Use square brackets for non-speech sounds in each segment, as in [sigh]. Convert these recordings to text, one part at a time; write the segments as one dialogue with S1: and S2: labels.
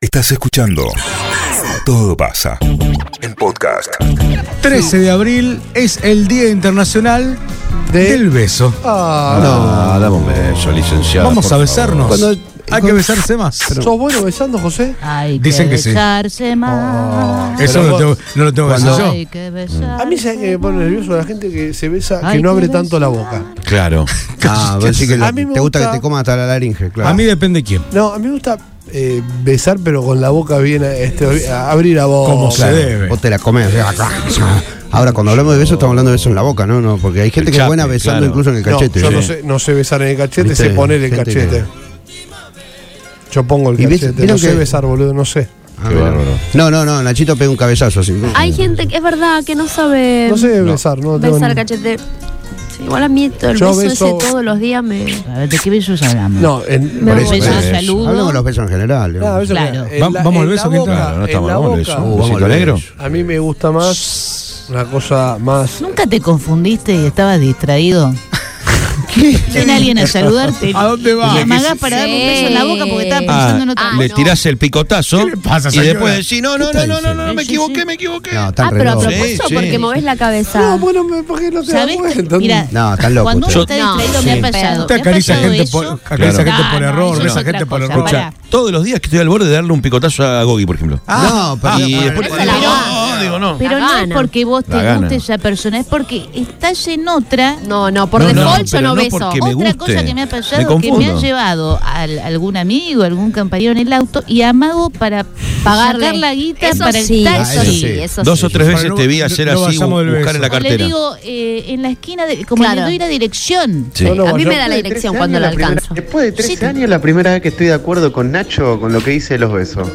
S1: Estás escuchando Todo pasa. El podcast.
S2: 13 de abril es el Día Internacional del Beso.
S3: Ah, dame un beso, licenciado.
S2: Vamos a besarnos.
S3: Cuando-
S2: Hay que
S3: cuando-
S2: besarse más.
S4: ¿Sos bueno besando, José?
S5: Hay
S2: Dicen que
S5: que
S2: sí. Oh.
S5: besarse más.
S2: Eso
S4: Pero
S2: no,
S4: vos-
S2: tengo- no lo tengo que
S3: cuando-
S2: hacer yo.
S5: Hay que besarse
S4: A mí se eh, me pone nervioso la gente que se besa, que
S5: Ay,
S4: no
S5: qué
S4: abre
S5: beso.
S4: tanto la boca.
S3: Claro.
S4: [laughs]
S6: Ah, vos decís que lo-
S4: A mí me
S6: te gusta,
S4: gusta-
S6: que te coman hasta la laringe,
S3: Ah.
S6: claro.
S2: A mí depende quién.
S4: No, a mí me gusta eh, besar, pero con la boca bien, este, a- abrir la boca.
S2: Como se
S6: Claro,
S2: debe.
S6: Vos te la comes. Ahora, cuando hablamos de besos, estamos hablando de besos en la boca, ¿no? no porque hay gente que
S3: Chape,
S6: es buena besando
S3: claro.
S6: incluso en el
S4: No,
S6: cachete.
S4: yo
S6: ¿eh?
S4: no, sé, no sé besar en el cachete,
S6: ¿Viste?
S4: sé poner el
S6: Gente que-
S4: cachete. Yo pongo el
S6: Y ves-
S4: cachete,
S6: vieron
S4: no sé
S6: que-
S4: besar, boludo, no sé.
S6: Ah, mira.
S3: bárbaro.
S6: no, no, no, Nachito pega un cabezazo así.
S5: Ah,
S7: Hay gente que es verdad que no sabe
S4: No sé besar, no tengo
S7: Em, besar
S4: ni-
S7: cachete. Sí, igual a mí todo el
S4: Yo
S7: beso,
S4: beso-
S7: ese todos los días me.
S5: A ver, ¿de qué besos hablamos?
S4: No, en,
S7: Me
S6: Por
S7: da
S6: eso,
S7: un
S6: por
S5: beso,
S6: eso.
S5: saludo.
S6: Hablamos de los besos en general. ¿eh?
S4: nada, beso-
S5: Claro.
S4: en
S2: Va- vamos al
S4: en
S2: beso,
S4: la
S2: ¿quién trae?
S4: boca,
S3: Claro, no
S4: en
S3: estamos
S4: la
S3: hablando de
S4: boca.
S3: eso.
S6: Uh,
S3: ¿Besito
S6: vamos,
S3: negro?
S4: A mí me gusta
S6: Uh,
S4: más una cosa más.
S5: ¿Nunca te confundiste y
S4: [laughs]
S5: estabas distraído? ¿Qué? Viene alguien a saludarte.
S2: ¿A dónde vas?
S5: Y amagás para darle un beso en la boca porque estaba
S3: Ah,
S5: pensando en otra
S3: le
S7: no.
S3: tirás el picotazo
S2: ¿Qué le pasa,
S3: y
S2: señora?
S3: después decís, no, no,
S2: ¿Qué
S3: no,
S2: está
S3: no, no, no,
S5: diciendo?
S3: me
S5: Sí,
S3: equivoqué,
S5: sí.
S3: me equivoqué.
S6: No,
S7: Ah,
S6: están re
S7: pero a
S6: locos.
S7: propósito,
S3: Sí,
S7: porque
S3: sí.
S7: movés la cabeza.
S4: No, bueno, me- ¿por qué Ah, no te das
S5: ¿Sabes?
S4: cuenta?
S5: Mira,
S6: No, están locos
S5: cuando uno
S6: ustedes.
S5: está distraído
S7: No,
S5: me
S7: sí.
S5: ha pasado.
S2: Te
S5: Me ha
S2: acaricia
S5: pasado
S2: gente
S5: eso.
S2: por, acaricia
S3: Claro.
S2: gente por
S5: Ah, no,
S2: error,
S5: eso
S2: besa
S5: es
S2: gente
S5: otra
S2: por
S5: cosa,
S2: error.
S5: pará.
S3: Todos los días que estoy al borde de darle un picotazo a Gogi, por ejemplo.
S2: Ah,
S6: No, pero-
S3: y
S6: pero-
S3: después
S7: esa es la
S3: no,
S7: gana.
S3: digo, no.
S5: Pero
S7: La
S5: no es
S7: gana.
S5: porque vos
S3: La
S5: te
S3: gana.
S5: guste esa persona, es porque estás en otra.
S7: No, no, por
S3: No, no,
S7: default yo
S3: pero
S7: no
S3: no
S7: beso.
S3: porque- que me
S5: Otra
S3: guste.
S5: cosa que me ha
S3: Me
S5: pasado que
S3: confundo.
S5: me han llevado al- algún amigo, algún compañero en el auto y amago para
S7: Pagarle.
S5: sacar la guita
S7: Eso
S5: para el
S7: sí,
S5: taxi.
S6: Ah, eso
S7: Sí, eso
S3: Dos
S7: sí.
S3: o tres
S2: Para
S3: veces
S2: no-
S3: te vi hacer
S2: no
S3: así,
S2: vayamos del
S3: buscar
S2: beso.
S3: en Ah, la
S5: O le
S3: cartera.
S5: digo eh, en la esquina, de, como
S7: Claro.
S5: le doy la dirección.
S3: Sí.
S4: No, no,
S7: A mí
S4: yo-
S7: me da la dirección cuando la alcanzo.
S8: Después de 13
S5: Sí.
S8: años, la primera vez que estoy de acuerdo con Nacho con lo que dice de los besos.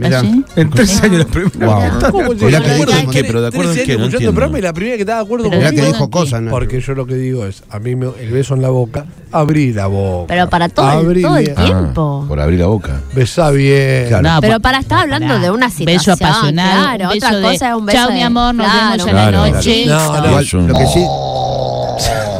S5: ¿Ah,
S6: Mirá.
S5: ¿Así?
S2: En tres años la primera.
S4: [laughs] ¿Cómo
S6: Mirá
S4: yo-
S6: que dijo-
S3: ¿En qué? Pero de acuerdo en
S4: Trece
S3: qué,
S4: años escuchando el
S3: no entiendo.
S4: programa y la primera que estaba de acuerdo
S5: Pero
S6: Mirá que
S5: digo-
S6: dijo cosas, Nacho.
S4: Porque yo lo que digo es, a mí me- el beso en la boca, abrí la boca.
S7: Pero para todo el-
S4: Abrí
S7: todo el
S4: bien,
S7: tiempo. tiempo.
S3: Ah, por abrir la boca.
S4: Besá bien.
S6: Claro.
S5: No,
S7: Pero
S5: por-
S7: para estar hablando
S5: pará.
S7: de una situación.
S5: Beso apasionado.
S7: Claro,
S5: un beso
S7: otra
S5: de,
S7: cosa es un beso
S5: Chao,
S7: de-
S5: mi amor, nos
S7: Claro,
S5: vemos a la
S3: claro,
S5: noche.
S4: claro. No, no.
S6: Ah, Igual,
S3: Es un-
S6: lo que sí.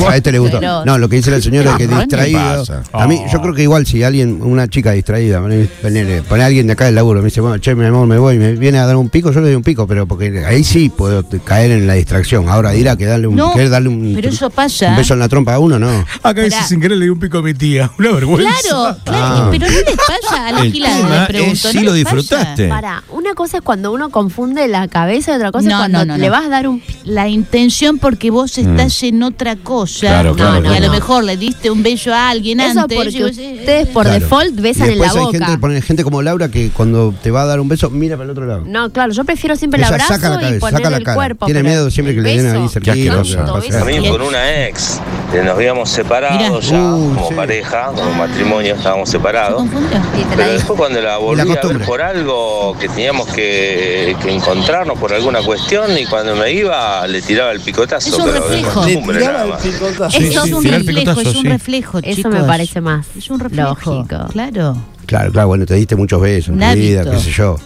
S6: A este le gustó.
S5: Pero-
S6: No, lo que dice la señora que
S5: ¿Qué
S6: distraído.
S3: pasa?
S6: A mí, yo creo que igual si alguien, una chica distraída, ponele, ponele a alguien de acá del laburo, me dice, bueno, che, mi amor, me voy, me viene a dar un pico, yo le doy un pico, pero porque ahí sí puedo t- caer en la distracción. Ahora dirá que darle un,
S5: No,
S6: querer darle un,
S5: pero eso pasa.
S6: un beso en la trompa a uno, no.
S2: Acá dice
S5: Pará.
S2: sin querer le di un pico a mi tía. [laughs] Una vergüenza.
S5: Claro, claro,
S6: Ah.
S5: pero no les pasa al
S3: El
S5: alquilado,
S3: tema
S5: le
S3: es
S5: pregunto.
S3: si
S5: ¿no
S3: lo
S5: les pasa?
S3: disfrutaste.
S7: Para, una cosa es cuando uno confunde la cabeza y otra cosa
S5: No,
S7: es cuando
S5: no, no,
S7: le
S5: no.
S7: vas a dar un pi-
S5: La intención porque vos estás en otra
S3: Mm.
S5: cosa.
S3: Claro, claro,
S5: y a
S7: claro.
S5: lo mejor le diste un beso a alguien
S7: Eso
S5: antes.
S7: porque
S5: y vos-
S7: ustedes por
S6: Claro.
S7: default
S6: Y
S7: besan en la
S6: después hay
S7: boca.
S6: gente, ponen gente como Laura que cuando te va a dar un beso, mira para el otro lado.
S7: No, claro, yo prefiero siempre el
S6: Ella
S7: abrazo
S6: saca la
S7: y
S6: cabeza,
S7: poner
S6: saca la
S7: el
S6: cara.
S7: cuerpo.
S6: Tiene
S7: pero
S6: miedo siempre
S7: el
S6: que le den
S7: beso,
S6: ahí cerquita,
S7: tanto
S3: o sea,
S7: beso.
S6: pasa
S9: A mí con una ex, que nos habíamos separado
S5: Mirá.
S9: ya,
S6: Uh,
S9: como
S6: sí.
S9: pareja, como matrimonio estábamos
S5: ¿Se
S9: separados.
S5: confundió?
S7: Y te la
S9: Pero
S7: di.
S9: después cuando la volví
S6: La
S9: a
S6: costumbre.
S9: ver por algo que teníamos que, que encontrarnos por alguna cuestión y cuando me iba le tiraba el picotazo.
S5: Es un
S9: pero de
S5: reflejo.
S4: Le
S9: costumbre
S4: tiraba
S9: nada
S4: el
S9: más.
S4: picotazo.
S5: Eso es un
S3: tirar
S5: reflejo, es
S3: picotazo,
S5: un
S3: sí.
S5: reflejo,
S7: Eso
S5: chicos.
S7: me parece más
S5: Es un reflejo.
S7: lógico.
S5: Claro.
S3: Ah,
S6: Claro, claro, bueno, te diste muchos besos,
S5: Un
S6: mi vida,
S5: hábito.
S6: qué sé yo.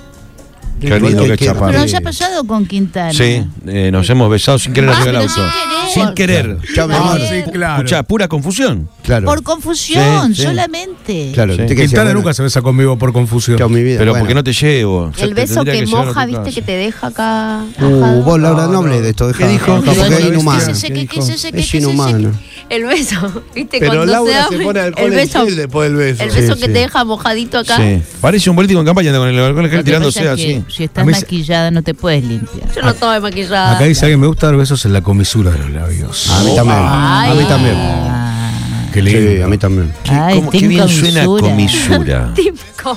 S3: Qué lindo que
S6: Pero
S3: chapa.
S5: Pero
S6: Vale.
S5: ya ha pasado con Quintana.
S3: Sí, eh, nos hemos besado sin querer
S5: Ah,
S3: arriba del
S5: pero sin
S3: auto.
S5: querer.
S3: Sin querer.
S6: Chao, mi amor.
S2: Ah,
S4: Eh.
S2: sí, claro.
S3: Escuchá, pura confusión.
S6: Claro.
S5: Por confusión,
S3: Sí, sí.
S5: solamente.
S6: Claro,
S3: Sí.
S6: viste que decía,
S2: Quintana
S6: bueno,
S2: nunca se besa conmigo por confusión.
S6: Chao, mi vida.
S3: Pero
S6: bueno.
S3: porque no te llevo. Yo te
S7: El beso
S3: tendría
S7: que,
S3: llevar a
S7: moja,
S3: tu
S7: viste,
S3: casa.
S7: que te deja acá.
S6: Uh,
S7: mojado.
S6: vos, Laura, no hables de esto. Dejá,
S4: dijo?
S6: dejá,
S5: ¿Qué
S6: Porque es
S5: dijo?
S6: inhumano.
S5: ¿Qué se- qué se- qué
S6: Es
S5: se-
S6: inhumano.
S7: El beso, [laughs] viste,
S4: Pero
S7: cuando se
S4: Laura se,
S7: abre.
S4: pone alcohol
S7: el beso,
S4: en gel después del beso.
S7: el beso
S6: Sí,
S7: que
S6: sí.
S7: te deja mojadito acá.
S3: Sí. Parece un político en campaña anda con el balcón
S5: Lo que
S3: tirándose
S5: pasa es que
S3: así.
S5: Si estás
S2: A mí se-
S5: maquillada, no te puedes limpiar.
S7: Yo no estaba
S4: Ah,
S7: maquillada.
S2: Acá dice alguien, me gusta dar besos en la comisura de los labios.
S3: Ah,
S6: A mí también.
S7: Ay.
S6: A mí también.
S2: Qué lindo.
S6: Sí, a mí también.
S5: Ay,
S3: ¿Cómo, qué
S5: tin
S3: bien
S5: comisura.
S3: suena comisura.
S7: Team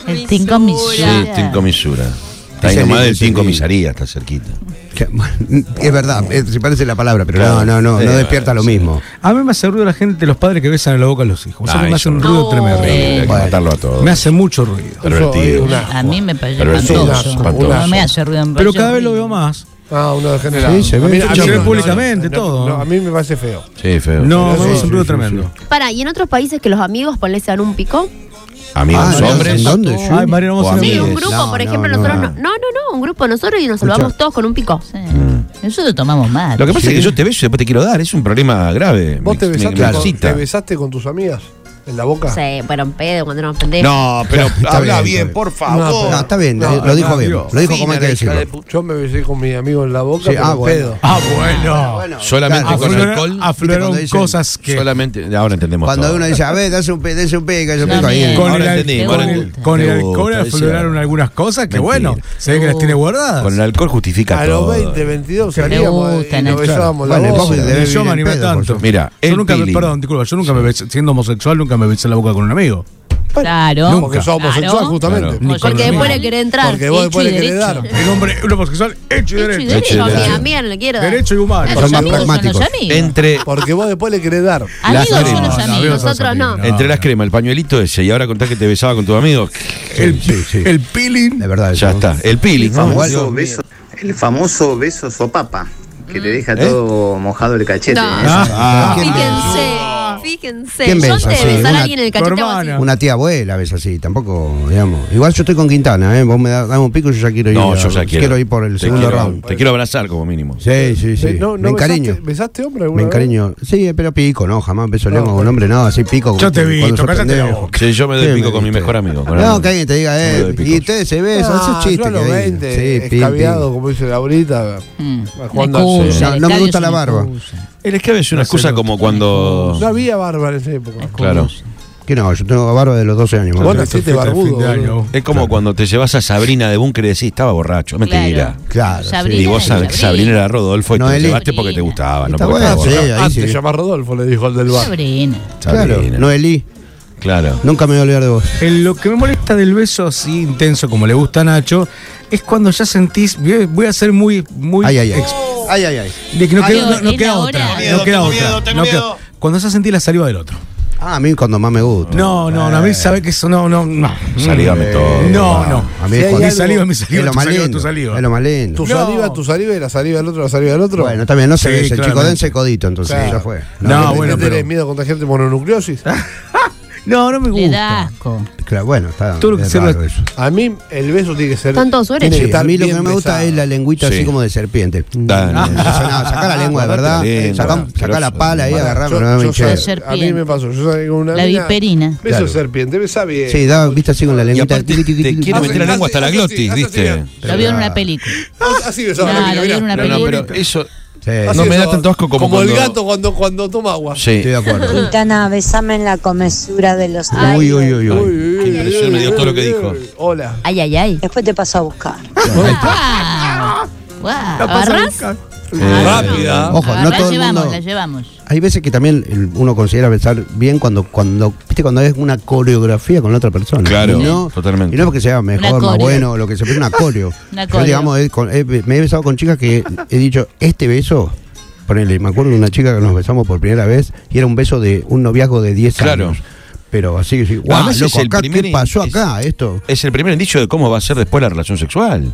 S5: El team comisura.
S3: Sí,
S5: Mira.
S3: Team Comisura. Está ahí
S6: Ese
S3: nomás
S6: lindo,
S3: del
S6: ese
S3: Team
S6: lindo.
S3: Comisaría, está cerquita.
S6: Que- Es verdad, eh, se parece la palabra, pero
S3: Claro.
S6: no, no, no,
S3: Sí,
S6: no despierta
S3: bueno,
S6: lo
S3: sí.
S6: mismo.
S2: A mí me hace ruido la gente, los padres que besan en la boca a los hijos. A mí
S3: Ah,
S2: me hace
S3: eso
S2: un
S3: no.
S2: ruido tremendo.
S3: Hay que
S6: Bueno.
S3: matarlo a todos.
S2: Me hace mucho ruido.
S3: Pervertido.
S5: A mí me parece
S3: Pero es un
S5: espantoso.
S3: asco, espantoso.
S5: No me hace ruido. me
S2: Pero
S5: parece
S2: cada vez lo
S5: horrible.
S2: veo más.
S4: Ah, uno degenerado.
S6: Sí, se ve.
S4: A mí-
S6: Se
S4: a mí
S6: ve
S4: no, no,
S2: públicamente,
S4: no,
S2: todo.
S4: no, a mí me parece feo.
S3: Sí, feo.
S2: No, me
S4: sí,
S2: hace un
S4: sí,
S2: ruido
S6: sí,
S2: tremendo.
S7: Para, ¿y en otros países que los amigos por se dan un pico?
S6: Ah,
S3: Amigos
S6: no,
S3: hombres.
S6: ¿En dónde?
S2: Ay, Mariano, vos
S3: O
S2: sos
S3: Sí,
S7: Sí,
S3: amigos.
S2: amigo.
S7: un grupo,
S6: No,
S7: por
S6: no,
S7: ejemplo,
S6: no.
S7: nosotros no, no, no, un grupo nosotros y nos
S6: Escuchá.
S7: saludamos todos con un pico.
S5: Sí. Nosotros tomamos mal.
S3: Lo que pasa es que yo te beso y después te quiero dar. Es un problema grave.
S4: ¿Vos
S3: Me-
S4: te
S3: me-
S4: besaste,
S3: me
S4: con,
S3: excita.
S4: te besaste con tus amigas? en la boca.
S7: Sí, bueno, un pedo cuando éramos pendejos.
S3: No, pero
S6: Está
S3: habla
S6: bien, está
S3: bien,
S6: bien.
S3: por
S4: No,
S3: favor.
S4: pero-
S6: No, está bien, eh,
S4: No,
S6: lo dijo
S3: no,
S6: bien.
S3: Dios.
S6: Lo dijo como hay
S3: Fina,
S6: que
S3: la hija
S6: decirlo.
S3: de puta.
S4: Yo me besé con mi amigo en la boca,
S6: Sí,
S4: pero
S6: ah,
S4: en
S6: bueno.
S4: pedo.
S2: Ah, bueno.
S6: Bueno,
S3: Solamente
S6: claro,
S3: con
S2: afloraron
S3: alcohol.
S2: afloraron
S6: Cuando dicen-
S2: cosas que
S3: Solamente, ahora entendemos
S6: Cuando
S3: todo.
S6: uno dice, a ver, dase un pico, dase un pico, dase un
S5: Yo
S6: pico. Ahí,
S5: también.
S6: en-
S2: con
S3: Ahora
S2: el, al-
S3: entendí,
S2: con
S5: te
S2: el-
S5: gusta.
S2: con el
S3: Te
S2: alcohol
S3: gusta,
S2: afloraron
S3: decía.
S2: algunas cosas que,
S3: Mentira.
S2: bueno, se ve que las tiene guardadas.
S3: Con el alcohol justifica
S4: A
S3: todo.
S4: los 20, 22 salíamos
S5: Me gusta,
S4: y nos
S5: Nacho.
S4: besábamos la
S6: Vale,
S4: boca.
S6: vos
S2: Ni
S6: debes
S2: yo me
S6: vivir en
S2: animé
S6: pedo, por
S2: tanto.
S6: supuesto.
S3: Mira,
S2: yo
S3: el
S2: nunca, me-
S3: peeling.
S2: perdón, disculpa, yo nunca me besé, siendo homosexual nunca me besé la boca con un amigo.
S5: Claro.
S2: nunca.
S4: Porque sos homosexual,
S5: Claro.
S4: justamente.
S2: Claro.
S7: Porque
S2: Con
S7: después
S2: lo
S7: le
S5: mismo.
S7: querés entrar.
S4: Porque vos
S7: Hecho
S4: después
S7: y
S4: le querés
S7: derecho.
S4: dar.
S2: El hombre, un homosexual, hecho y
S7: Hecho y
S2: derecho.
S7: derecho,
S3: Hecho y
S7: mi
S3: derecho.
S7: amiga no le quiero dar.
S2: Derecho y humano.
S5: Ah,
S6: Son
S5: los
S6: más
S5: amigos son los
S6: pragmáticos.
S5: amigos.
S3: Entre,
S4: Porque vos después le querés dar.
S5: amigos
S3: las
S5: son
S3: cremas.
S5: los
S2: No, no,
S5: amigos.
S2: amigos.
S7: Nosotros no.
S3: entre las cremas, el pañuelito ese, y ahora contás que te besaba con tus amigos.
S2: El,
S6: Sí, sí.
S2: el peeling.
S6: De verdad.
S3: Ya
S6: eso.
S3: está. El peeling, ¿no?
S6: Igual-
S8: Famoso beso, el famoso beso sopapa, que te deja
S3: ¿Eh?
S8: todo mojado el cachete.
S7: Mm. No.
S8: ¿eh?
S6: Ah, ¿quién
S7: Fíjense, fíjense.
S6: ¿Quién
S7: Yo
S6: besa?
S7: te
S6: Sí,
S7: besar
S6: una-
S7: a alguien en el
S2: tu
S7: cachete o así.
S2: hermana.
S6: Una tía abuela ves así, tampoco, digamos. Igual yo estoy con Quintana, ¿eh? Vos me das dame un pico y yo ya quiero ir.
S3: No,
S6: a-
S3: yo ya quiero.
S6: ir por el
S3: Te
S6: segundo
S3: quiero-
S6: round.
S3: Te quiero abrazar como mínimo.
S6: Sí, sí, sí.
S4: Eh, no- no
S6: me encariño.
S4: besaste- ¿Besaste hombre alguna
S6: Me
S4: vez?
S6: encariño. Sí, pero pico, no, jamás beso lengua con un hombre, no, así pico.
S2: Yo te
S6: con-
S2: vi,
S6: con los
S2: tocate la
S6: pendejos.
S2: boca.
S3: Sí, yo me doy
S6: Sí,
S3: pico con mi
S6: viste.
S3: mejor amigo. con
S6: No,
S3: Ramón.
S6: que alguien te diga,
S3: Yo me doy
S6: eh,
S3: picos.
S6: y ustedes se
S4: Ah,
S6: besan, esos
S4: yo
S6: chistes.
S4: a los
S6: que hay.
S4: 20,
S6: pin, pin.
S4: escabiado, como dice Laurita.
S5: Mm.
S4: Cuando-
S5: Una excusa,
S6: Sí. No,
S5: el
S6: no me
S5: estadio
S6: gusta
S5: es
S6: la
S5: una
S6: barba.
S5: excusa.
S3: El escabe es una excusa como cuando.
S4: No había barba en esa época.
S3: Claro.
S6: Que no, yo tengo barba de los 12 años.
S4: Vos
S6: más o menos.
S4: naciste
S2: Fiesta de fin
S4: barbudo.
S2: de año.
S4: boludo.
S3: Es como cuando te llevas a Sabrina de Bunker y decís, estaba borracho. Mentira.
S6: Claro, sí.
S5: Sabrina
S3: Y vos sabés que Sabrina era Rodolfo y te
S6: No,
S3: lo
S6: él-
S3: llevaste porque te gustaba, no
S6: Está
S3: porque
S6: bueno,
S3: estaba
S6: sí,
S3: borracho.
S6: ahí
S4: Antes
S6: sí.
S4: llama Ah, Rodolfo, le dijo el del bar.
S5: Sabrina.
S6: Claro,
S3: Sabrina.
S6: Noelí,
S3: Claro.
S6: nunca me voy a olvidar de vos.
S2: En lo que me molesta del beso así intenso como le gusta a Nacho es cuando ya sentís, voy voy a ser muy, muy
S6: Ay, ay, ay.
S2: ex-
S6: Ay, ay, ay.
S2: de que no
S6: Ay,
S2: queda, no- no
S5: es
S2: queda
S5: la hora.
S2: otra,
S5: Tengo
S2: no queda otra, no queda- cuando ya sentís la saliva del otro.
S6: Ah, a mí cuando más me gusta.
S2: No, no, no, a mí sabe que eso no, no, no. Eh,
S3: Salígame todo.
S2: No, no.
S6: A mí
S4: Si
S6: es
S4: hay
S6: cuando-
S2: Mi
S4: algo-
S2: saliva, mi saliva,
S6: es lo
S2: tu
S6: más
S2: saliva,
S6: lindo,
S2: tu saliva.
S6: Es lo más lindo.
S4: Tu
S2: No.
S4: saliva, tu saliva y la saliva del otro, la saliva del otro.
S6: Bueno, está bien, no se
S2: Sí,
S6: besen, chicos,
S2: claramente.
S6: dense codito, entonces,
S4: Claro.
S6: ya fue.
S2: No,
S6: bien,
S2: bueno,
S4: ¿Tenés
S2: pero-
S4: miedo a contagiarte de mononucleosis?
S2: No, no me
S5: Le
S2: gusta.
S5: da asco.
S6: Claro, bueno, está
S2: Todo lo que
S6: es
S2: sea-
S6: raro eso.
S4: A mí el beso tiene que ser.
S7: Están todos sueles.
S4: tiene que
S6: Sí, a
S4: estar
S6: mí lo que
S4: bien
S6: me gusta
S4: besado.
S6: es la lengüita
S3: Sí.
S6: así como de serpiente.
S3: Dale.
S6: Sacá la lengua, de verdad.
S3: Guardate la lengua,
S6: Sacá, sacá la
S3: asqueroso.
S6: pala ahí, agarrá, pero no me
S4: Yo- yo
S6: hinché.
S5: sé-
S4: sal- a mí me pasó. Yo salí con una
S5: La
S4: mina,
S5: viperina.
S4: Beso
S6: Claro.
S4: serpiente, besa bien.
S6: Sí, da, viste así con la
S3: Y
S6: lengüita.
S3: aparte te quiere meter la lengua hasta la glotis, ¿viste?
S5: Lo vio en una película.
S4: Ah, Así besaba
S5: No,
S4: la mina,
S5: lo vi en
S4: mirá.
S5: una
S3: No, no,
S5: película.
S3: pero eso.
S6: Sí,
S4: Así
S3: No me da
S4: besaba,
S3: tanto asco como
S4: Como el
S3: cuando-
S4: gato cuando, cuando toma agua.
S3: Sí.
S6: estoy de acuerdo.
S10: Quintana, besame en la comesura de los
S7: Ay.
S6: Uy, uy, uy, uy.
S4: Uy,
S3: Qué
S4: uy,
S3: impresión
S4: uy,
S3: me dio
S4: uy,
S3: todo lo que
S4: uy,
S3: dijo.
S4: uy. Hola.
S7: Ay, ay, ay.
S10: Después te paso a buscar.
S5: ¡Guau! ¡Guau! ¿Agarrás?
S3: Ah,
S4: Rápida.
S6: Ojo, no
S5: la
S6: todo el
S5: llevamos,
S6: mundo-
S5: la llevamos.
S6: Hay veces que también el- uno considera besar bien cuando, cuando, viste, cuando es una coreografía con la otra persona.
S3: Claro,
S6: Y no,
S3: totalmente.
S6: Y no porque sea
S5: Una
S6: mejor, más
S5: coreo.
S6: bueno, lo que se pero una coreo.
S5: Una
S6: Yo,
S5: coreo.
S6: digamos, he- con- he- me he besado con chicas que he dicho, este beso, ponele, me acuerdo de una chica que nos besamos por primera vez y era un beso de un noviazgo de 10
S3: Claro.
S6: años. Pero así, así
S3: No, a
S6: guau,
S3: veces
S6: loco,
S3: el
S6: acá,
S3: primer
S6: ¿qué pasó
S3: es-
S6: acá? Esto.
S3: Es el primer indicio de cómo va a ser después la relación sexual.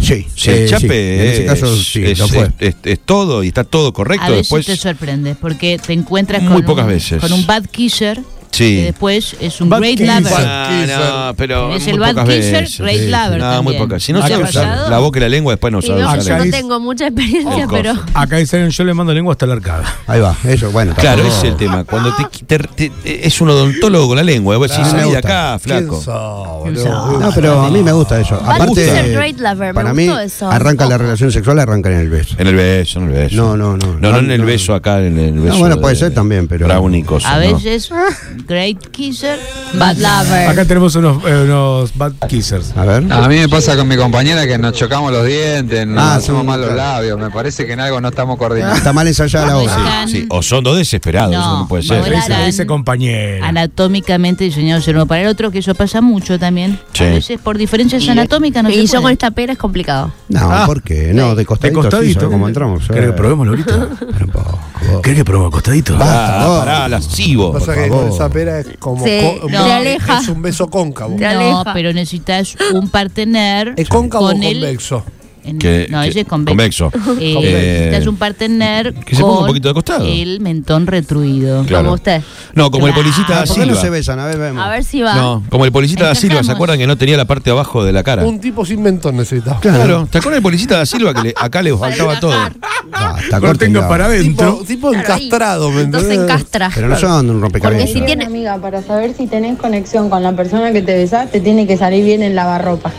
S6: Sí,
S3: Si
S6: eh,
S3: el
S6: sí,
S3: chape
S6: En ese
S3: es-
S6: caso, sí,
S3: es,
S6: lo fue.
S3: es- es- es todo y está todo
S5: A
S3: correcto.
S5: veces
S3: Después,
S5: te sorprendes porque te encuentras
S3: Muy
S5: con
S3: pocas
S5: un,
S3: veces.
S5: con un bad kisser que
S3: sí.
S5: después es un
S2: Bad
S5: great
S2: kisser.
S5: lover.
S3: Ah, no, pero
S5: Tenés
S3: muy
S5: el bad
S3: pocas
S5: kisser,
S3: veces.
S5: great lover
S3: No, muy
S5: también.
S3: pocas. Si no
S5: ¿Te
S2: se
S5: ha
S2: ha
S3: sabes usar
S5: pasado?
S3: la boca y la lengua, después no
S7: Y
S3: sabes
S7: veo
S3: usar
S7: que yo
S3: la
S7: no
S2: Acaricia.
S7: tengo mucha [laughs] experiencia,
S3: Ojo.
S7: pero.
S2: Acá dicen, yo le mando lengua hasta la arcada.
S6: Ahí va, eso, bueno.
S3: Claro,
S6: tampoco-
S3: ese es el tema. Cuando te, te- te- es un odontólogo con la lengua, vos decís,
S6: Claro.
S3: salí
S6: Me
S3: de
S6: gusta.
S3: acá,
S4: ¿Quién
S3: flaco.
S4: sos,
S5: ¿Quién
S4: boludo?
S5: sos?
S6: No, pero a mí me gusta eso.
S7: Vale,
S6: Aparte,
S7: ser great lover, me
S6: para mí,
S7: gustó eso.
S6: arranca la relación sexual, arranca en el beso.
S3: En el beso, en el beso.
S6: No, no, no.
S3: No, no en el
S6: No,
S3: beso acá, en el beso.
S6: bueno,
S3: de-
S6: puede ser también, pero-
S3: Brown y cosas,
S5: A
S3: ¿no?
S5: veces, great kisser, bad lover.
S2: Acá tenemos unos, eh, unos bad kissers.
S6: A ver.
S11: A mí me pasa con mi compañera que nos chocamos los dientes, nos
S6: Ah,
S11: hacemos
S6: sí,
S11: mal los
S6: claro.
S11: labios. Me parece que en algo no estamos coordinados.
S6: Está mal ensayada la
S5: Sí.
S6: hora.
S5: Están
S3: Sí, o son dos desesperados,
S5: No,
S3: eso no puede
S5: Bueno,
S2: Lo
S3: ser.
S5: volaron.
S2: dice, lo dice compañera.
S5: Anatómicamente diseñados el uno para el otro, que eso pasa mucho también.
S3: Sí.
S5: A veces por diferencias anatómicas no
S7: Y
S5: se
S7: yo con
S5: puede.
S7: esta pera es complicado.
S6: No,
S2: Ah.
S6: ¿por qué? No, de costadito.
S2: de costadito.
S6: como entramos. Eh,
S2: ¿Querés que probemos ahorita?
S6: Pero un poco.
S2: ¿Querés que probemos costadito?
S3: Ah,
S6: vos.
S3: pará, lascivo.
S4: Pasa que
S6: favor.
S4: con esa pera es como.
S7: Sí,
S4: co-
S7: no.
S4: es
S7: Te aleja.
S4: un beso cóncavo.
S7: Te
S5: No,
S7: aleja.
S5: pero necesitas un partener
S4: ¿Es cóncavo o
S5: con el-
S4: convexo?
S5: ¿eh? en-
S3: Que-
S5: no,
S3: que-
S5: ella es
S3: convexo.
S5: convexo. [laughs] Eh,
S3: Convexo.
S5: necesitas un partener
S3: que se ponga un
S5: con
S3: poquito de costado.
S5: El mentón retruido.
S3: Claro. Como usted. No, como el policita da
S6: Ah, ¿Por qué
S3: Silva.
S6: no se besan? A ver, vemos.
S7: A ver si va.
S3: No, como el policita da Silva, ¿se
S7: Encajamos.
S3: acuerdan que no tenía la parte de abajo de la cara?
S4: Un tipo sin mentón necesitaba.
S3: Claro, ¿te acuerdas del policita da Silva que le- acá le faltaba todo?
S6: Basta,
S2: Lo
S6: corten
S2: tengo
S6: ya.
S2: para adentro.
S4: Tipo, tipo
S7: Claro, ahí.
S4: encastrado, ¿me
S7: Entonces
S4: entendés?
S7: encastra.
S6: Pero no son un
S7: Porque
S6: rompecabezas.
S7: si tiene.
S10: Amiga, para saber si tenés conexión con la persona que te besás, te tiene que salir bien el lavarropa.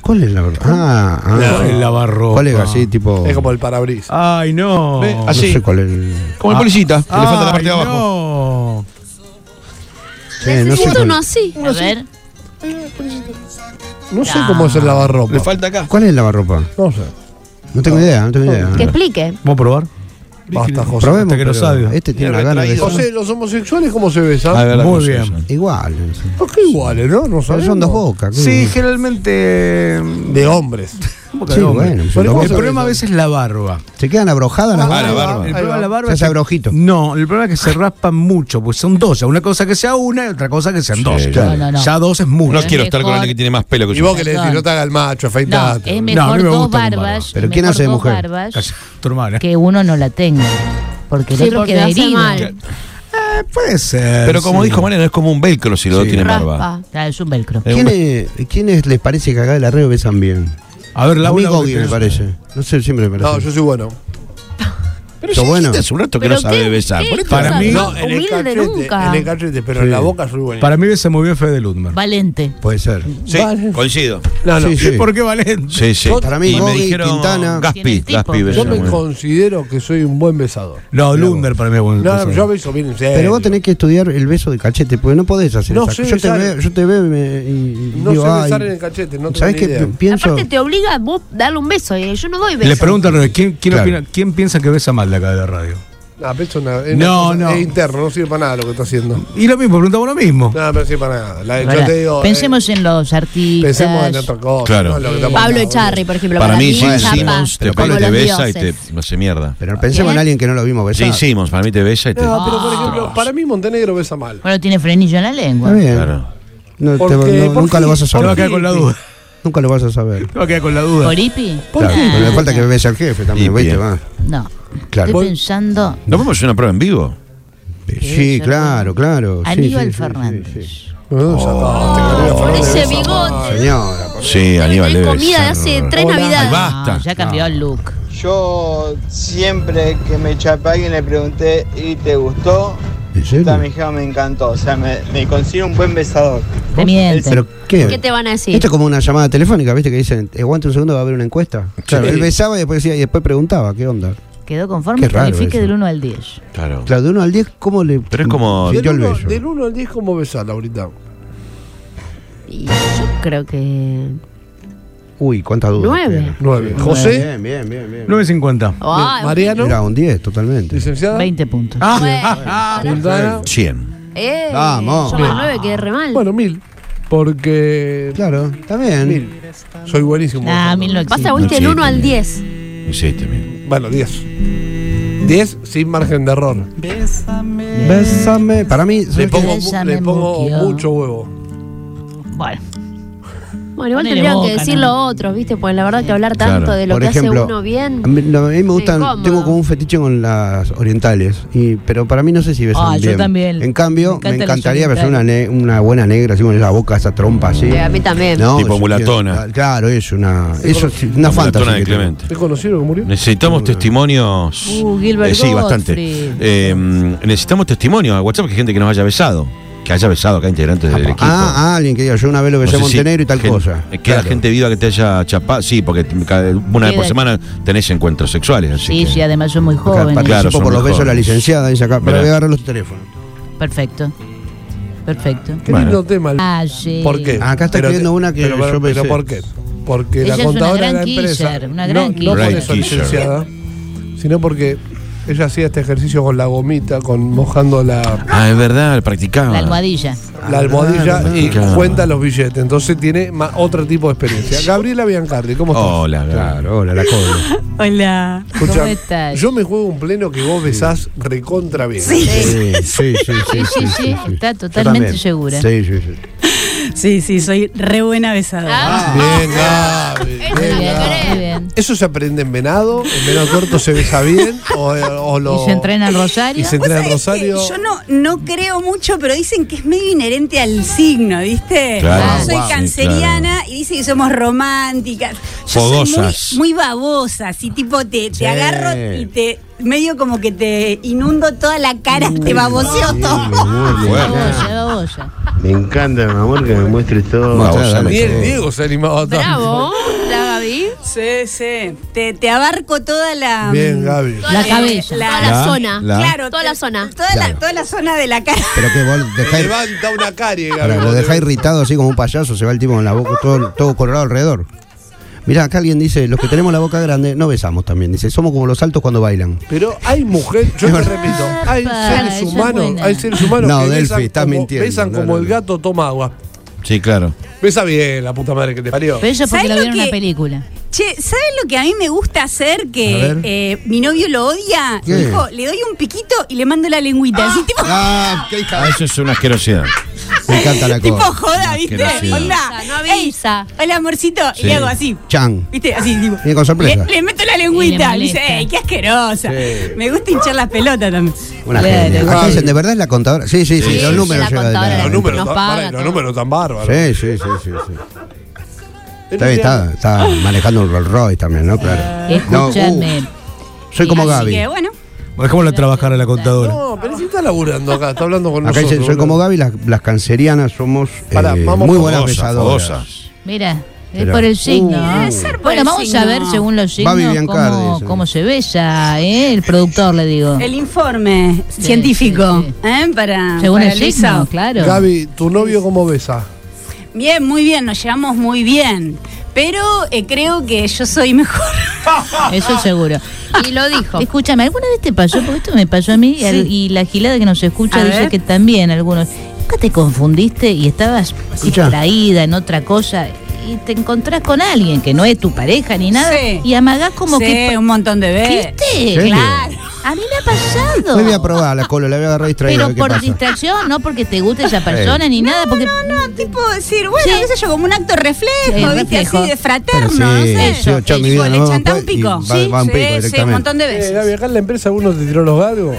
S6: ¿Cuál es la verdad? Ah, ah.
S2: El lavarropa.
S6: ¿Cuál es así, tipo? Ah,
S4: Es como el parabrisas.
S2: Ay, no.
S3: Ve,
S6: No
S3: así.
S6: sé cuál es.
S3: Como el policita, que le falta la parte de
S2: Ay,
S3: abajo.
S2: no.
S6: Che, no sé
S7: Necesito
S6: cuál-
S7: uno así.
S5: A ver,
S4: No sé cómo es el
S3: Le
S4: lavarropa.
S3: falta acá.
S6: ¿Cuál es el lavarropa?
S4: No sé.
S6: No tengo idea, no tengo idea.
S7: Que explique.
S2: ¿Vamos a probar?
S4: Basta, José.
S6: Probemos.
S2: Hasta que no
S6: pero
S2: salga.
S6: Este tiene
S3: Mira,
S6: una gana de
S3: retraído.
S6: besar.
S4: José, ¿los homosexuales cómo se besan?
S3: A ver, la
S2: Muy
S3: cosa
S2: bien.
S3: esa.
S6: Igual.
S4: ¿Por qué iguales, no? No
S6: Pero
S4: sabemos.
S6: son dos bocas. ¿qué?
S2: Sí, generalmente.
S4: De hombres.
S2: boca
S6: Sí,
S2: de hombre.
S6: bueno. son
S4: Pero
S6: dos
S4: vos
S2: El
S6: bocas.
S4: sabés,
S2: problema a
S4: ¿no?
S2: veces es la barba.
S6: ¿Se quedan abrojadas las
S3: Ah, la
S6: bocas?
S3: barba.
S2: El problema de la barba
S6: Se
S2: es
S6: hace
S2: que-
S6: abrojito.
S2: No, el problema es que se raspan mucho, pues son dos. ya Una cosa que sea una y otra cosa que sean dos.
S5: claro. No, no, no.
S2: Ya dos es
S3: No
S2: mucho.
S5: Es
S3: quiero estar con
S5: mejor-
S3: alguien que tiene más pelo que
S4: Y
S3: yo.
S4: vos que le decís, no te haga el macho,
S5: no,
S4: afeitate.
S5: es
S2: No, a
S5: mejor
S2: mí me
S5: dos
S2: gusta con
S5: barbas.
S2: barba.
S6: Pero
S5: es
S6: ¿quién
S5: mejor
S6: hace de
S5: dos
S6: mujer?
S5: barbas
S2: Calla, Tu hermana.
S5: que uno no la tenga. Porque el
S7: Sí,
S5: otro
S7: porque
S5: queda
S7: hace
S5: herido.
S7: mal.
S2: Eh, puede ser.
S3: Pero como
S2: sí.
S3: dijo Mariano, es como un velcro si los dos
S6: Sí.
S3: tienen barba.
S7: Raspa.
S5: Ah, es un velcro.
S3: Es un
S6: ¿Quiénes, ¿Quiénes les parece que acá de la red besan bien?
S2: A ver,
S6: La
S2: la
S6: única me parece. No sé, siempre me parece.
S4: No, yo soy bueno.
S3: Pero
S6: Está
S3: si
S6: bueno.
S3: bueno. hace un rato que
S7: Pero
S3: no sabe
S7: qué-
S3: besar.
S7: qué
S3: Por esto-
S2: Para
S7: cosa
S2: mí-
S7: tan
S4: No, eh, en el
S7: humilde
S4: cachete,
S7: nunca.
S4: en el cachete, pero en la boca soy bueno.
S2: Para mí se movió Fede Ludmer.
S5: Valente.
S6: Puede ser.
S3: Sí,
S4: Vale.
S3: coincido.
S4: No, no.
S6: Sí, sí.
S2: ¿Por qué Valente?
S3: Sí, sí.
S6: Para mí,
S3: Y me
S6: Gogi,
S3: dijeron
S6: Quintana.
S3: Gaspi,
S5: Tiene tipo.
S3: Gaspi
S4: Yo
S3: besó
S4: me
S3: muy bien.
S4: considero que soy un buen besador.
S2: No, Ludmer para mí es buen.
S4: No, yo beso bien en serio.
S6: Pero vos tenés que estudiar el beso de cachete, porque no podés hacer
S4: No
S6: esa-
S4: sé
S6: yo, te
S4: besar.
S6: veo, yo te veo y, me- y- y
S4: No
S6: digo,
S4: sé
S6: ay,
S4: besar en el cachete, no tengo
S6: ¿Sabés
S4: ni
S6: qué
S4: idea.
S6: Pi- pienso?
S7: Aparte te obliga a vos darle un beso y yo no doy beso.
S2: Le pregunto a Rodri, ¿quién, quién,
S6: Claro.
S2: opina- quién piensa que besa mal de acá de la radio?
S4: Ah, pero es una- es
S2: No,
S4: una
S2: no.
S4: cosa- Es interno, no sirve para nada lo que está haciendo. No,
S2: Y lo mismo, preguntamos lo mismo.
S4: pero no sirve para nada. La- yo
S5: Pará,
S4: te digo, eh,
S5: Pensemos en los artistas.
S4: pensemos en otra cosa.
S3: Claro.
S4: no en lo que está
S7: Pablo
S4: pasando.
S7: Echarri, por ejemplo.
S3: Para mí, Gene
S7: zapa.
S3: Simmons te,
S7: Como
S3: pe- te
S7: los
S3: besa y te
S7: dioses.
S3: no hace mierda.
S6: Pero pensemos
S7: ¿Eh?
S6: en alguien que no lo vimos besar.
S3: Gene Simmons, para mí te besa y te.
S4: No, pero por ejemplo, para mí Montenegro besa mal.
S5: Bueno, tiene frenillo en la lengua.
S6: Está bien.
S3: Claro.
S6: No, te-
S4: Porque-
S6: no,
S4: porque-
S6: nunca lo vas a
S2: Te va a
S6: saber.
S2: quedar con la duda.
S6: Nunca lo vas a saber.
S2: Te va a quedar con la duda.
S5: ¿Coripi?
S6: Claro, pero le falta que veas al jefe
S3: Y
S6: también, ¿viste?
S3: bien.
S6: Va.
S5: No.
S6: Claro.
S5: Estoy pensando.
S3: ¿No podemos hacer una prueba en vivo?
S6: Sí, claro, claro. sí,
S5: Aníbal
S6: sí, sí,
S5: Fernández.
S6: sí, sí.
S7: Con ese bigote.
S6: Señora, por-
S3: Sí, Aníbal
S7: Tenés
S3: debe
S7: comida de
S3: besar.
S7: hace tres
S4: Hola.
S5: No,
S7: navidades.
S3: Basta.
S5: ya cambió el look.
S12: Yo siempre que me chapé a alguien le pregunté, ¿y te gustó?
S6: ¿en
S12: Esta
S6: serio?
S12: mija me encantó, o sea, me, me considero un buen besador.
S5: Te miente.
S6: ¿Pero
S7: ¿Qué te van a decir?
S6: Esto es como una llamada telefónica, ¿viste? Que dicen, aguante un segundo, va a haber una encuesta. Claro, él besaba y después decía, y después preguntaba, ¿qué onda?
S5: Quedó conforme.
S6: Qué raro
S5: Califique
S6: eso.
S5: del 1 al 10.
S3: Claro.
S6: Claro, de uno al 10, ¿cómo le.
S3: Pero es como-
S6: sintió el beso?
S4: Del 1 al 10, ¿cómo besás, Laurita?
S7: Y yo creo que.
S6: Uy, cuánta duda.
S7: Nueve.
S6: Mira.
S4: 9. José,
S6: Bien, bien, bien. bien.
S2: 9.50.
S5: Ah,
S7: Ay,
S4: Mariano,
S6: Era un 10, totalmente.
S4: licenciada,
S5: 20 puntos.
S7: bueno.
S4: Quintana.
S3: 100.
S7: Eh,
S6: Vamos.
S7: Yo más nueve quedé re mal.
S4: Bueno, mil. Porque.
S6: Claro, está bien.
S4: Mil. Soy buenísimo.
S5: Ah,
S4: besando.
S5: mil no
S7: Pasa,
S5: existe.
S7: viste
S3: Sí,
S7: del 1 al
S3: también.
S7: 10.
S3: Hiciste, mira.
S4: Bueno, 10. 10 sin margen de error.
S6: Bésame. Para mí, ¿sabes
S4: Le
S6: qué?
S4: pongo, mu-
S5: Ella
S4: le
S5: me
S4: pongo
S5: moqueó.
S4: mucho huevo.
S5: Bueno,
S7: Bueno, igual
S5: Ponele
S7: tendrían que
S5: boca,
S7: decir
S5: ¿no?
S7: lo otro, ¿viste? Porque la verdad que hablar
S3: Claro.
S7: tanto de lo
S6: Por
S7: que
S6: ejemplo,
S7: hace uno bien.
S6: A mí, no, a mí me gustan,
S7: incómodo.
S6: tengo como un fetiche con las orientales, y, pero para mí no sé si besan
S5: Ah, yo
S6: bien.
S5: también.
S6: En cambio,
S5: Me
S6: me,
S5: encantan las
S6: encantaría besar una, ne- una buena negra, así con esa boca, esa trompa así.
S7: Eh, a mí también.
S6: No,
S3: Tipo
S6: yo-
S3: mulatona.
S6: Claro, es una, eso, es una
S3: La
S6: fantasía.
S3: mulatona de
S6: que tengo.
S3: Clemente.
S4: ¿Te conocieron que murió?
S3: Necesitamos testimonios. Eh,
S5: Uh, Gilbert
S3: sí, bastante.
S5: Gottfried.
S3: Eh, necesitamos testimonios a WhatsApp que gente que nos haya besado. Que haya besado acá integrantes del equipo.
S6: Ah, ah, alguien que diga, yo una vez lo besé a
S3: No sé si
S6: Montenegro y tal
S3: gen-
S6: cosa.
S3: Queda
S6: Claro.
S3: gente viva que te haya chapado. Sí, porque te- cada- una vez por
S5: Queda-
S3: semana tenés encuentros sexuales. Así
S5: sí,
S3: que-
S5: sí, además son muy
S6: Acá
S5: jóvenes.
S6: participo
S3: Claro, son
S6: por los
S3: mejores.
S6: besos de la licenciada, dice acá, pero
S3: Mirá.
S6: voy a agarrar los teléfonos.
S5: Perfecto. Perfecto.
S4: Qué
S3: Bueno.
S4: lindo tema. el-
S5: Ah, sí.
S4: ¿Por qué?
S6: Acá está
S4: Pero
S6: escribiendo
S4: te-
S6: una que
S4: pero,
S6: yo
S4: pero, pero
S6: pensé.
S4: ¿por qué? Porque
S5: Ella
S4: la
S5: es una
S4: contadora de
S5: gran
S4: la empresa.
S5: kisser, una
S4: no,
S5: gran
S4: no por
S3: kisser.
S4: eso
S3: Gran kisser.
S4: licenciada, sino porque ella hacía este ejercicio con la gomita, con mojando la,
S3: Ah, es verdad, practicaba.
S5: La almohadilla.
S6: Ah,
S4: la almohadilla
S3: claro,
S4: y
S3: claro.
S4: cuenta los billetes. Entonces tiene ma- otro tipo de
S6: [laughs]
S4: experiencia. Gabriela Biancardi, ¿cómo estás?
S3: Hola, claro.
S6: Claro, hola, la cobro.
S5: Hola.
S4: Escuchá,
S5: ¿Cómo estás?
S4: Yo me juego un pleno que vos besás recontra bien.
S6: Sí, sí, sí.
S5: Sí, sí, sí, está totalmente
S6: también.
S5: segura.
S6: Sí, sí, sí.
S13: Sí, sí, soy re buena besadora.
S4: Bien,
S5: [laughs]
S4: Gaby. Ah,
S13: Eso
S4: bien, ah. Gaby. ¿Eso se aprende en venado? ¿En venado corto se besa bien? ¿O, o lo-
S5: Y se entrena en Rosario.
S4: ¿Y se entrena en Rosario?
S13: Yo no, no creo mucho, pero dicen que es medio inherente al signo, ¿viste?
S3: Claro.
S13: Yo soy
S3: Ah, wow.
S13: canceriana
S3: Sí,
S13: y dicen que somos románticas. Yo
S3: Fogosas.
S13: soy muy, muy babosa, así tipo te, te
S3: Sí.
S13: agarro y te medio como que te inundo toda la cara, te baboseo todo.
S5: Baboya, baboya.
S8: Me encanta, mi amor, que me muestre todo.
S6: Mostrá, dame
S4: Ni el
S6: todo.
S4: Diego se animaba tanto.
S7: [laughs] Bravo, la Gaby.
S13: Sí, sí. Te, te abarco toda la.
S4: Bien, Gaby.
S7: La cabeza. Toda la
S6: La,
S7: zona.
S6: la.
S13: Claro,
S7: Toda la zona.
S13: Toda, la, toda la zona de la cara.
S6: Pero que vos
S4: Te
S6: dejá,
S4: Levanta una carie, Gaby.
S6: pará, lo dejá irritado así como un payaso, se va el tipo con la boca todo, todo colorado alrededor. Mirá, acá alguien dice, los que tenemos la boca grande no besamos también. Dice, somos como los altos cuando bailan.
S4: Pero hay mujeres, yo
S6: [laughs]
S4: te repito, hay seres
S5: esa es
S4: humanos,
S5: buena.
S4: hay seres humanos
S6: No,
S4: que
S6: Delphi,
S4: besan
S6: estás
S4: como,
S6: mintiendo.
S4: besan
S6: No,
S4: como
S6: no,
S4: el
S6: no.
S4: gato toma agua.
S3: Sí, claro.
S4: Besa bien la puta madre que te parió.
S5: Pero eso es porque
S13: ¿Sabes
S5: lo
S13: lo
S5: vieron en una
S13: que-
S5: película.
S13: Che, ¿sabes lo que a mí me gusta hacer?
S6: A
S13: Que
S6: ver.
S13: eh, mi novio lo odia.
S6: ¿Qué?
S13: Dijo, le doy un piquito y le mando la lengüita. Así tipo,
S6: Ah, qué hija.
S3: Ah, eso es una asquerosidad.
S6: Me encanta la
S13: tipo
S6: cosa.
S13: joda, ¿viste?
S3: asquerosidad.
S13: Onda.
S7: No avisa.
S13: "Ey, hola, amorcito. Y
S3: Sí.
S13: le hago así.
S6: Chan.
S13: ¿Viste? Así, tipo.
S6: Viene con sorpresa.
S13: Le, le meto la
S5: Y le
S13: lengüita. Le
S5: molesta.
S13: dice, ¡ey, qué asquerosa! Me gusta hinchar las pelotas también.
S6: Una
S5: Claro,
S6: genia. Acá
S5: Gaby.
S6: dicen, ¿de verdad es la contadora? Sí, sí, sí,
S7: Sí,
S6: los
S7: sí,
S6: números
S7: la
S6: llegan
S7: contadora
S6: adelante.
S4: Los
S7: Nos
S4: números, tan,
S7: paga
S4: pará, los
S7: todo.
S4: números tan bárbaros.
S6: Sí, sí, sí, sí, sí. Está bien, está, está manejando un Rolls Royce también, ¿no? Claro. No,
S5: Escúchame.
S6: uh, soy como
S13: Así
S6: Gaby.
S13: que, bueno.
S2: Dejémosla trabajar a la contadora.
S4: No, pero si está laburando acá, está hablando con
S6: Acá
S4: nosotros.
S6: dicen, soy
S4: boludo.
S6: como Gaby, las, las cancerianas somos eh,
S4: Pará, vamos
S6: muy
S4: con
S6: buenas
S3: Fogosa,
S6: besadoras.
S3: fogosa.
S5: Mira, es
S6: Pero-
S5: por el signo. ¿eh?
S13: Debe ser por
S5: Bueno,
S13: el
S5: vamos
S13: signo.
S5: a ver según los
S6: Babi
S5: signos
S6: Biancardi,
S5: cómo,
S6: dice.
S5: cómo se bella, ¿eh? El productor, le digo.
S13: El informe científico.
S5: sí,
S13: ¿eh? Para,
S5: según
S13: para
S5: el signo,
S13: Luisa.
S5: claro.
S4: Gaby, ¿tu novio cómo Ah. besa?
S13: Bien, muy bien, nos llevamos muy bien. Pero eh, creo que yo soy mejor.
S5: Eso seguro.
S7: Y lo dijo.
S5: Escúchame, ¿alguna vez te pasó? Porque esto me pasó a mí y, al- y la gilada que nos escucha
S13: A
S5: dice
S13: ver.
S5: que también algunos. ¿Nunca te confundiste y estabas
S6: Escuchá.
S5: distraída en otra cosa y te encontrás con alguien que no es tu pareja ni nada
S13: Sí.
S5: y amagás como
S13: sí,
S5: que.
S13: un montón de veces.
S5: ¿Viste?
S6: serio?
S5: Claro. A mí me ha pasado.
S6: Me voy a probar la cola, la voy a agarrar distraída. a
S5: Pero
S6: ver qué
S5: por
S6: pasa.
S5: distracción, no porque te guste esa persona ni nada, porque
S13: No, tipo decir, bueno,
S5: Sí.
S13: qué sé yo, como un acto reflejo,
S5: Sí,
S13: ¿viste?
S5: reflejo.
S13: Así de
S6: Pero
S13: fraterno,
S6: sí,
S13: no sé.
S6: sí, yo, chao, mi
S13: Y
S6: vida,
S13: vos
S6: nos
S13: le
S6: vamos
S13: chanta
S6: pa-
S13: un pico.
S6: y va- va un pico
S13: sí, un
S6: directamente.
S13: montón de
S4: Eh,
S13: veces.
S4: Gaby, acá en la empresa uno te tiró los galgos.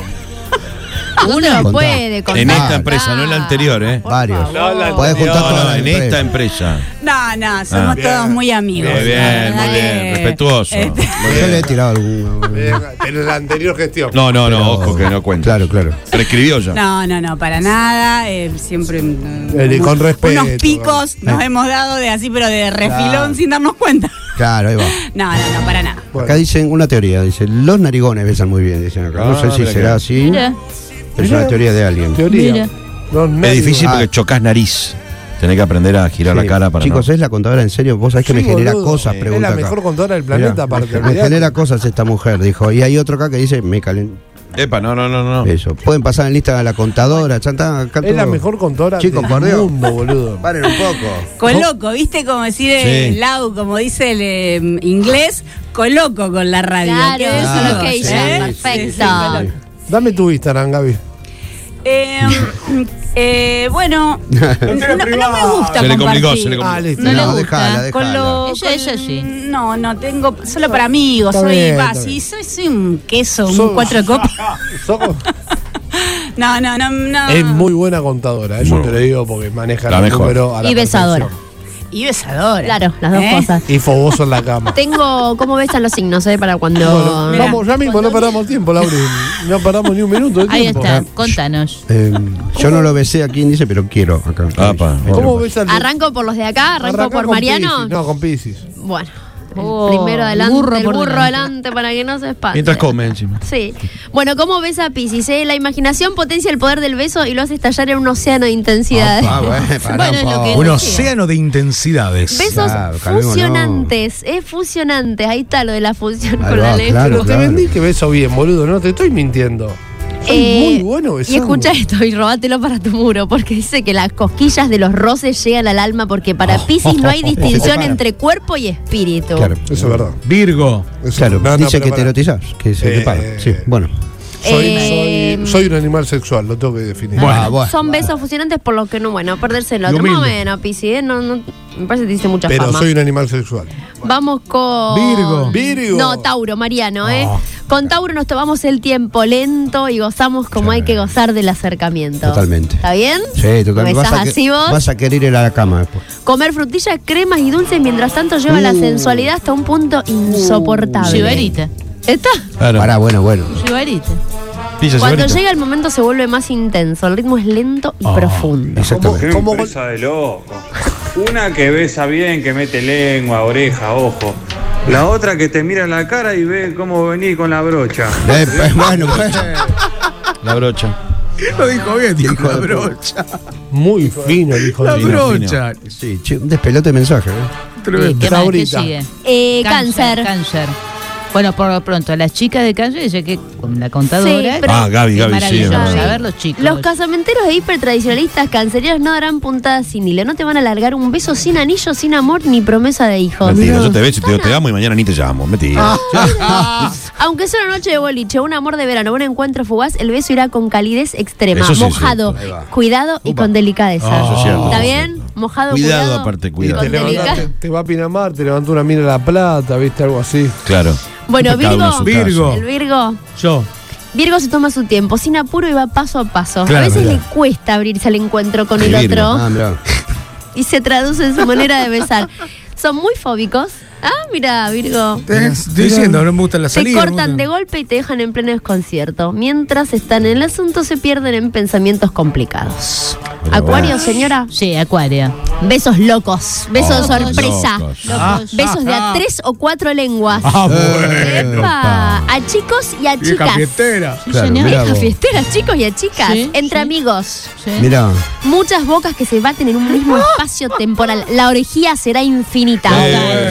S7: Uno
S6: Contá.
S7: puede contar.
S3: En esta empresa, no en la anterior, ¿eh?
S7: Por
S6: Varios.
S7: favor.
S4: No, la-
S6: Podés
S4: No,
S6: juntar
S3: No, no,
S6: todas las
S3: en
S6: empresas.
S3: esta empresa.
S13: No, no, somos
S4: Ah.
S13: todos muy amigos.
S3: Muy
S13: la
S3: bien, muy
S13: verdad
S3: bien.
S13: que-
S3: Respetuoso.
S13: Este-
S6: Yo le he tirado alguna.
S4: en la anterior gestión.
S3: No, no, no, ojo que no cuenta.
S6: Claro, claro.
S3: Prescribió ya.
S13: No, no, no, para nada. eh, siempre. mm,
S4: Eh, con
S13: unos-
S4: respeto,
S13: Unos picos nos
S6: Eh.
S13: hemos dado de así, pero de refilón
S6: Claro.
S13: sin darnos cuenta.
S6: Claro, ahí va.
S13: No, no, no, para nada.
S4: Bueno.
S6: Acá dicen una teoría, dice, los narigones besan muy bien, dicen acá. No
S3: Ah,
S6: sé si
S3: mira
S6: será
S3: que-
S6: así,
S5: mira,
S6: pero es una teoría de alguien.
S4: Teoría.
S5: Mira.
S4: No,
S3: Es
S4: nadie-
S3: difícil
S6: Ah.
S3: porque chocas nariz. Tenés que aprender a girar
S6: Sí,
S3: la cara para
S6: Chicos,
S3: no.
S6: es la contadora en serio, vos sabés que
S4: Sí,
S6: me genera
S4: boludo.
S6: cosas,
S4: Sí.
S6: pregunta
S4: Es la
S6: acá.
S4: mejor contadora del planeta,
S6: Mirá,
S4: aparte.
S6: me
S4: olvidate.
S6: genera cosas esta mujer, dijo. Y hay otro acá que dice, me calen
S3: eh, Epa, no, no, no, no.
S6: Eso. Pueden pasar en lista a la contadora, chanta, acá
S4: Es la
S6: todo.
S4: mejor contadora
S6: Chicos, por
S4: del
S6: Dios.
S4: mundo, boludo.
S6: Paren un poco.
S13: Coloco, ¿viste? Como decir eh,
S3: Sí.
S13: Lau, como dice el eh, inglés, coloco con la radio.
S7: Claro,
S13: ¿Qué decís
S6: claro,
S13: vos,
S6: ok,
S7: ya, perfecto.
S13: coloco.
S4: Dame tu Instagram, Gaby.
S13: Eh, eh, bueno, no, no me gusta
S3: Se le complicó,
S13: compartir.
S3: se le complicó.
S4: Ah, listo.
S5: No le
S6: No,
S5: gusta.
S6: dejala, dejala.
S13: Con lo-
S5: Ella-
S13: con-
S5: ella sí.
S13: No, no tengo. Solo para amigos.
S4: Está
S13: soy,
S4: bien,
S13: va,
S4: está
S13: sí,
S4: bien.
S13: soy, soy un queso,
S4: Sos-
S13: un cuatro de copa.
S4: [laughs] Sos-
S13: [laughs] No, no, no, no.
S4: Es muy buena contadora, eso
S3: Muy
S4: te lo digo porque maneja
S3: La
S4: el
S3: mejor.
S4: número a la
S5: Y besadora.
S4: perfección.
S13: Y besadora.
S7: Claro, las dos
S13: ¿Eh?
S7: cosas.
S4: Y fogoso en la
S7: [laughs]
S4: cama.
S7: Tengo cómo besan los signos, ¿eh? Para cuando.
S13: Mirá.
S4: Vamos, ya mismo no paramos tiempo, Lauri. No paramos ni un minuto de
S5: ahí
S4: tiempo.
S5: está, contanos.
S6: Eh,
S7: [laughs]
S6: yo no lo besé aquí, dice, pero quiero acá. Este,
S3: Apa.
S4: ¿Cómo ves al
S7: Arranco por los de acá, arranco
S4: Arrancá
S7: por
S4: con
S7: Mariano.
S4: Piscis. No, con Pisces.
S7: Bueno, el
S5: Oh,
S7: primero adelante,
S5: burro
S7: el
S5: por
S7: burro
S5: delante.
S7: adelante para que no se espante.
S3: Mientras come encima.
S7: Sí. Bueno, ¿cómo ves a Pisces? eh? La imaginación potencia el poder del beso y lo hace estallar en un océano de intensidad.
S6: Ah, bueno, pará
S5: Bueno, es lo
S6: un
S5: que-
S6: poco.
S2: Un
S5: energía.
S2: océano de intensidades.
S7: Besos
S6: Claro, calmémonos.
S7: fusionantes, es fusionantes. Ahí está lo de la fusión
S6: Ahí
S7: con
S6: va,
S7: la leche.
S6: claro,
S4: Pero te
S6: claro.
S4: vendí que beso bien, boludo. No te estoy mintiendo. Soy
S7: Eh,
S4: muy bueno
S7: Y
S4: besando.
S7: escucha esto y robátelo para tu muro, porque dice que las cosquillas de los roces llegan al alma porque para Pisces no
S6: [laughs]
S7: hay distinción entre cuerpo y espíritu.
S6: Claro,
S4: Eso es verdad.
S2: Virgo.
S4: Eso-
S6: claro.
S4: No, no,
S6: dice
S4: pero
S6: que te
S4: pará.
S6: erotizás, que se
S4: Eh,
S6: te paga. Sí, bueno.
S4: Soy,
S7: Eh,
S4: soy- soy un animal sexual, lo tengo que definir.
S7: Ah, Son besos fusionantes por lo que no, bueno, perdérselo.
S4: Y
S7: Otro
S4: humilde.
S7: menos, Pisi, ¿eh? no, no, me parece que te dice mucha
S4: Pero
S7: fama.
S4: soy un animal sexual.
S7: Vamos con.
S4: Virgo. Virgo.
S7: No, Tauro, Mariano, ¿eh?
S6: Ah.
S7: Con Tauro nos tomamos el tiempo lento y gozamos como hay que gozar del acercamiento.
S6: Totalmente.
S7: ¿Está bien?
S6: Sí, totalmente.
S7: ¿Besás
S6: Vas a, que-
S7: así vos?
S6: vas a querer ir a la cama después.
S7: Comer frutillas, cremas y dulces mientras tanto lleva la
S6: Uh.
S7: sensualidad hasta un punto insoportable.
S5: Llevarita.
S7: ¿Está?
S3: Ah,
S6: Pará, bueno, bueno.
S7: Llevarita. Cuando llega el momento se vuelve más intenso, el ritmo es lento
S6: Ah,
S7: y profundo.
S14: Qué empresa de loco. Una que besa bien, que mete lengua, oreja, ojo. La otra que te mira en la cara y ve cómo venís con la brocha.
S6: Eh, pues, [laughs] bueno,
S3: La brocha.
S2: Lo dijo bien, dijo la brocha.
S4: Muy fino, dijo
S2: La brocha. Eh,
S6: Sí, che, un despelote de mensaje. ¿eh?
S5: ¿Qué, más? ¿Qué sigue?
S7: Eh, cáncer.
S5: Cáncer. Bueno, por lo pronto, las chicas de cáncer, ella que con la contadora.
S7: Sí, pero- Ah,
S3: Gaby,
S5: qué
S3: Gaby, sí,
S5: maravilloso.
S3: es verdad.
S5: A ver los chicos.
S7: Los casamenteros e hipertradicionalistas cancereros no darán puntadas sin hilo, no te van a alargar un beso sin anillo, sin amor ni promesa de hijos.
S3: Mentira, yo te beso y te digo, te amo y mañana ni te llamo.
S7: Ah.
S3: Mentira.
S7: Aunque sea una noche de boliche, un amor de verano, un encuentro fugaz, el beso irá con calidez extrema,
S3: Eso sí,
S7: mojado,
S3: sí. Ahí va.
S7: cuidado y con delicadeza.
S3: Ah, eso es cierto,
S7: ¿Está
S3: eso es
S7: bien? Mojado,
S3: Cuidado,
S7: cuidado.
S3: aparte,
S4: Y
S3: cuidado.
S4: te, levantás, te, te va a Pinamar, te levantó una mina de la plata, viste, algo así.
S3: Claro.
S7: Bueno,
S4: Cada uno en su
S7: Virgo,
S4: casa. Virgo.
S7: El Virgo.
S2: Yo.
S7: Virgo se toma su tiempo, sin apuro y va paso a paso.
S2: Claro,
S7: a veces
S2: mirá.
S7: le cuesta abrirse al encuentro con el
S6: Virgo.
S7: otro.
S6: Ah, mirá.
S7: y se traduce en su manera de besar. Son muy fóbicos. Ah, mira, Virgo.
S2: Te estoy diciendo, no me gustan las
S7: Te
S2: salidas. no me
S7: cortan de golpe y te dejan en pleno desconcierto. Mientras están en el asunto, se pierden en pensamientos complicados. Acuario, señora.
S5: Sí, Acuario.
S7: Besos locos. Besos
S5: Oh,
S7: de sorpresa.
S5: locos. Locos.
S7: Besos de
S5: ah.
S7: a tres o cuatro lenguas.
S2: Ah, bueno,
S7: Epa. A chicos y a
S2: Vieja
S7: chicas.
S2: fiestera. Sí,
S6: Claro, señor. mirá
S7: Vieja
S6: vos.
S7: fiestera, chicos y a chicas.
S5: Sí,
S7: Entre amigos.
S6: Mirá.
S7: Muchas bocas que se baten en
S2: [laughs]
S7: un mismo espacio temporal. La orgía será infinita.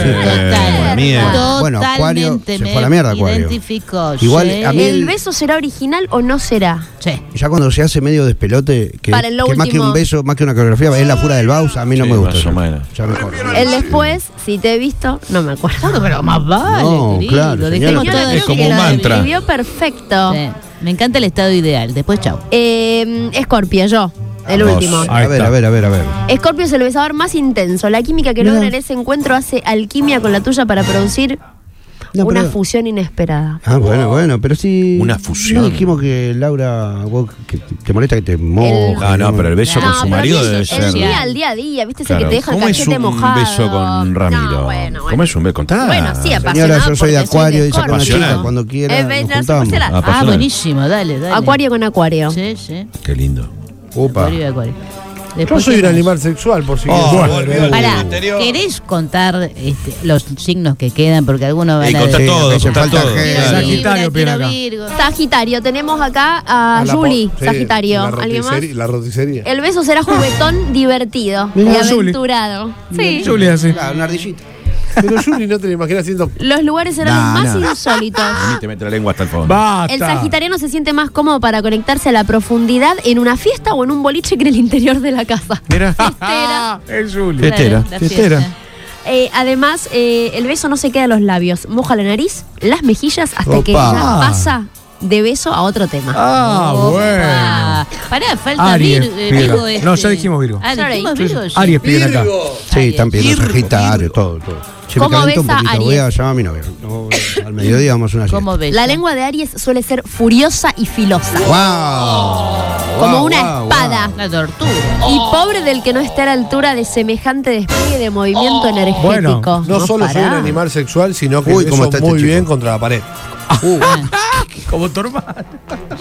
S3: Eh, mierda.
S6: Bueno, Acuario se fue a la
S5: me
S6: mierda, Acuario.
S5: Identifico.
S6: Igual,
S5: sí.
S6: a mí
S7: ¿El
S6: el-
S7: beso será original o no será? Sí.
S6: ya cuando se hace medio despelote, que,
S7: Para lo
S6: que más que
S7: último.
S6: un beso, más que una coreografía, es la fura del Baus, a mí no
S3: Sí,
S6: me gusta.
S3: más o
S6: ya.
S3: menos.
S6: Ya mejor.
S7: El después, si te he visto, no me acuerdo.
S5: Pero más vale,
S6: No,
S5: querido,
S6: claro,
S5: dejemos
S6: señora.
S5: todo
S7: Señora,
S5: eso.
S7: creo que lo describió perfecto.
S5: Sí, Me encanta el estado ideal. Después, chau.
S6: Ah,
S7: Eh, Scorpio, yo. El
S6: Vamos.
S7: último.
S6: A ver, a ver, a ver, a ver.
S7: Scorpio es el besador más intenso. La química que
S6: Mirá.
S7: logra en ese encuentro hace alquimia con la tuya para producir
S6: No,
S7: una
S6: pero-
S7: fusión inesperada.
S6: Ah, bueno, bueno, pero sí.
S3: Una fusión.
S6: No dijimos que Laura, vos, que te te molesta que te
S3: No,
S6: moja.
S3: Ah, no, pero el beso con
S7: No,
S3: su
S7: pero
S3: marido
S7: el-
S3: debe
S7: el
S3: ser.
S7: día al día a día, ¿viste? Ese
S3: Claro,
S7: que te deja el
S3: ¿Cómo es
S7: cachete
S3: un
S7: mojado.
S3: beso con Ramiro?
S7: No, bueno, bueno.
S3: ¿Cómo es Ah. un beso? Contá.
S7: Bueno, sí, apasionado.
S6: Señora, yo soy de
S7: porque soy
S6: Acuario, dice con una
S3: Apasionado.
S6: chica, cuando quiera.
S7: Eh,
S6: nos
S7: ven, no se
S6: juntamos.
S7: puede ser la-
S3: Ah,
S5: Ah,
S3: personal.
S5: buenísimo, dale, dale.
S7: Acuario con acuario.
S5: Sí, sí.
S3: Qué lindo.
S6: Opa.
S5: Acuario, acuario.
S4: Yo
S5: Después,
S4: soy
S5: ¿qué
S4: un
S5: más?
S4: animal sexual, por si
S3: Oh,
S4: querés.
S3: volvió el
S5: Pará, ¿querés contar este, los signos que quedan? Porque algunos van
S3: Y
S5: a
S3: contá
S5: decir-
S3: todo,
S6: hace
S3: contá
S6: falta
S3: todo.
S6: gel.
S3: claro.
S2: Sagitario
S5: Libra,
S2: viene acá.
S5: Virgo.
S7: Sagitario, tenemos acá a,
S4: A la po-
S7: Juli,
S4: sí,
S7: Sagitario.
S4: La
S7: ¿Alguien más?
S4: roticería. La roticería.
S7: El beso será juguetón divertido y
S2: Mirá, Juli.
S7: aventurado. Sí.
S2: Yo le hace.
S6: Claro, una ardillita.
S4: Pero Juli no te lo imaginas haciendo.
S7: Los lugares serán
S3: Nah,
S7: los más
S3: nah. Ah,
S7: insólitos.
S3: A mí te mete la lengua hasta el fondo.
S2: Basta.
S7: El sagitariano se siente más cómodo para conectarse a la profundidad en una fiesta o en un boliche que en el interior de la casa. [laughs]
S3: Mira.
S7: Fiestera.
S2: Es Juli.
S15: Este-
S3: Fiestera.
S5: La
S3: Fiestera.
S5: fiesta.
S7: Eh, además, eh, el beso no se queda en los labios. Moja la nariz, las mejillas, hasta que
S6: Opa.
S7: ya pasa de beso a otro tema.
S2: Ah, bueno.
S5: Ah, pará, falta
S2: Aries,
S5: Vir- eh,
S2: Virgo.
S5: Virgo este.
S2: No, ya dijimos Virgo.
S5: Ah, dijimos Virgo. sí.
S2: Aries piden acá.
S6: Sí, también pidiendo Sagitario, todo, todo. Che, me
S7: ¿Cómo
S6: calienta un
S7: ves a
S6: poquito,
S7: Aries?
S6: voy a llamar a mi novia. No,
S7: [laughs]
S6: Al mediodía vamos a una siesta.
S5: ¿Cómo ves?
S7: La lengua de Aries suele ser furiosa y filosa.
S6: ¡Wow!
S7: Como
S6: Wow,
S7: una
S6: wow, wow.
S7: espada.
S5: Una tortura.
S7: Y pobre del que no esté a la altura de semejante despliegue de movimiento energético.
S2: Bueno,
S4: No solo soy un
S7: pará.
S4: animal sexual, sino que
S6: Uy,
S4: beso
S6: cómo está este
S4: muy
S6: chico.
S4: bien contra la pared.
S2: Como tu hermano.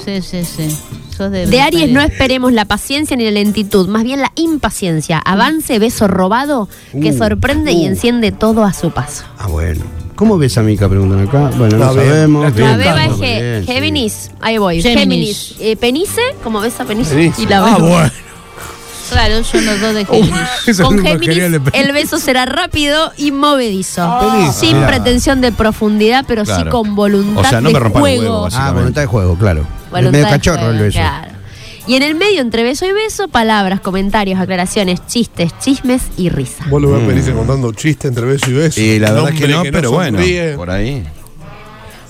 S5: Sí, sí, sí. Sos
S7: De Aries no esperemos la paciencia ni la lentitud, más bien la impaciencia. Avance, beso robado, que
S6: Uh,
S7: sorprende y enciende todo a su paso.
S6: Ah, bueno. ¿Cómo ves a Mica? Preguntan acá. Bueno, no
S4: La beba.
S6: sabemos.
S7: La
S6: Bien,
S7: beba es
S6: estamos bien,
S7: Ge-
S6: sí.
S7: Géminis. Ahí voy.
S5: Géminis.
S7: Géminis. Eh, penice, como ves a penice.
S4: Penice.
S7: Y la
S2: Ah,
S7: beba. [laughs]
S2: bueno.
S5: Claro, son los dos de Géminis.
S2: Eso es
S7: Con
S2: un genial de
S7: Géminis
S2: pe-
S7: el beso será rápido y movedizo.
S6: Penice.
S7: Sin
S6: Mirá.
S7: pretensión de profundidad, pero sí
S3: Claro.
S7: con voluntad
S3: O sea, no me
S7: de
S3: rompan los
S7: juego.
S3: huevos, básicamente.
S6: Ah, voluntad de juego, claro.
S7: Voluntad
S6: medio
S7: de
S6: cachorro
S7: juego,
S6: el beso.
S7: claro. Y en el medio, entre beso y beso, palabras, comentarios, aclaraciones, chistes, chismes y risa.
S4: Vos lo ves feliz contando chistes entre beso y beso.
S3: Y la verdad
S4: Nombre
S3: que no, pero bueno.
S4: sonríe.
S3: Por ahí.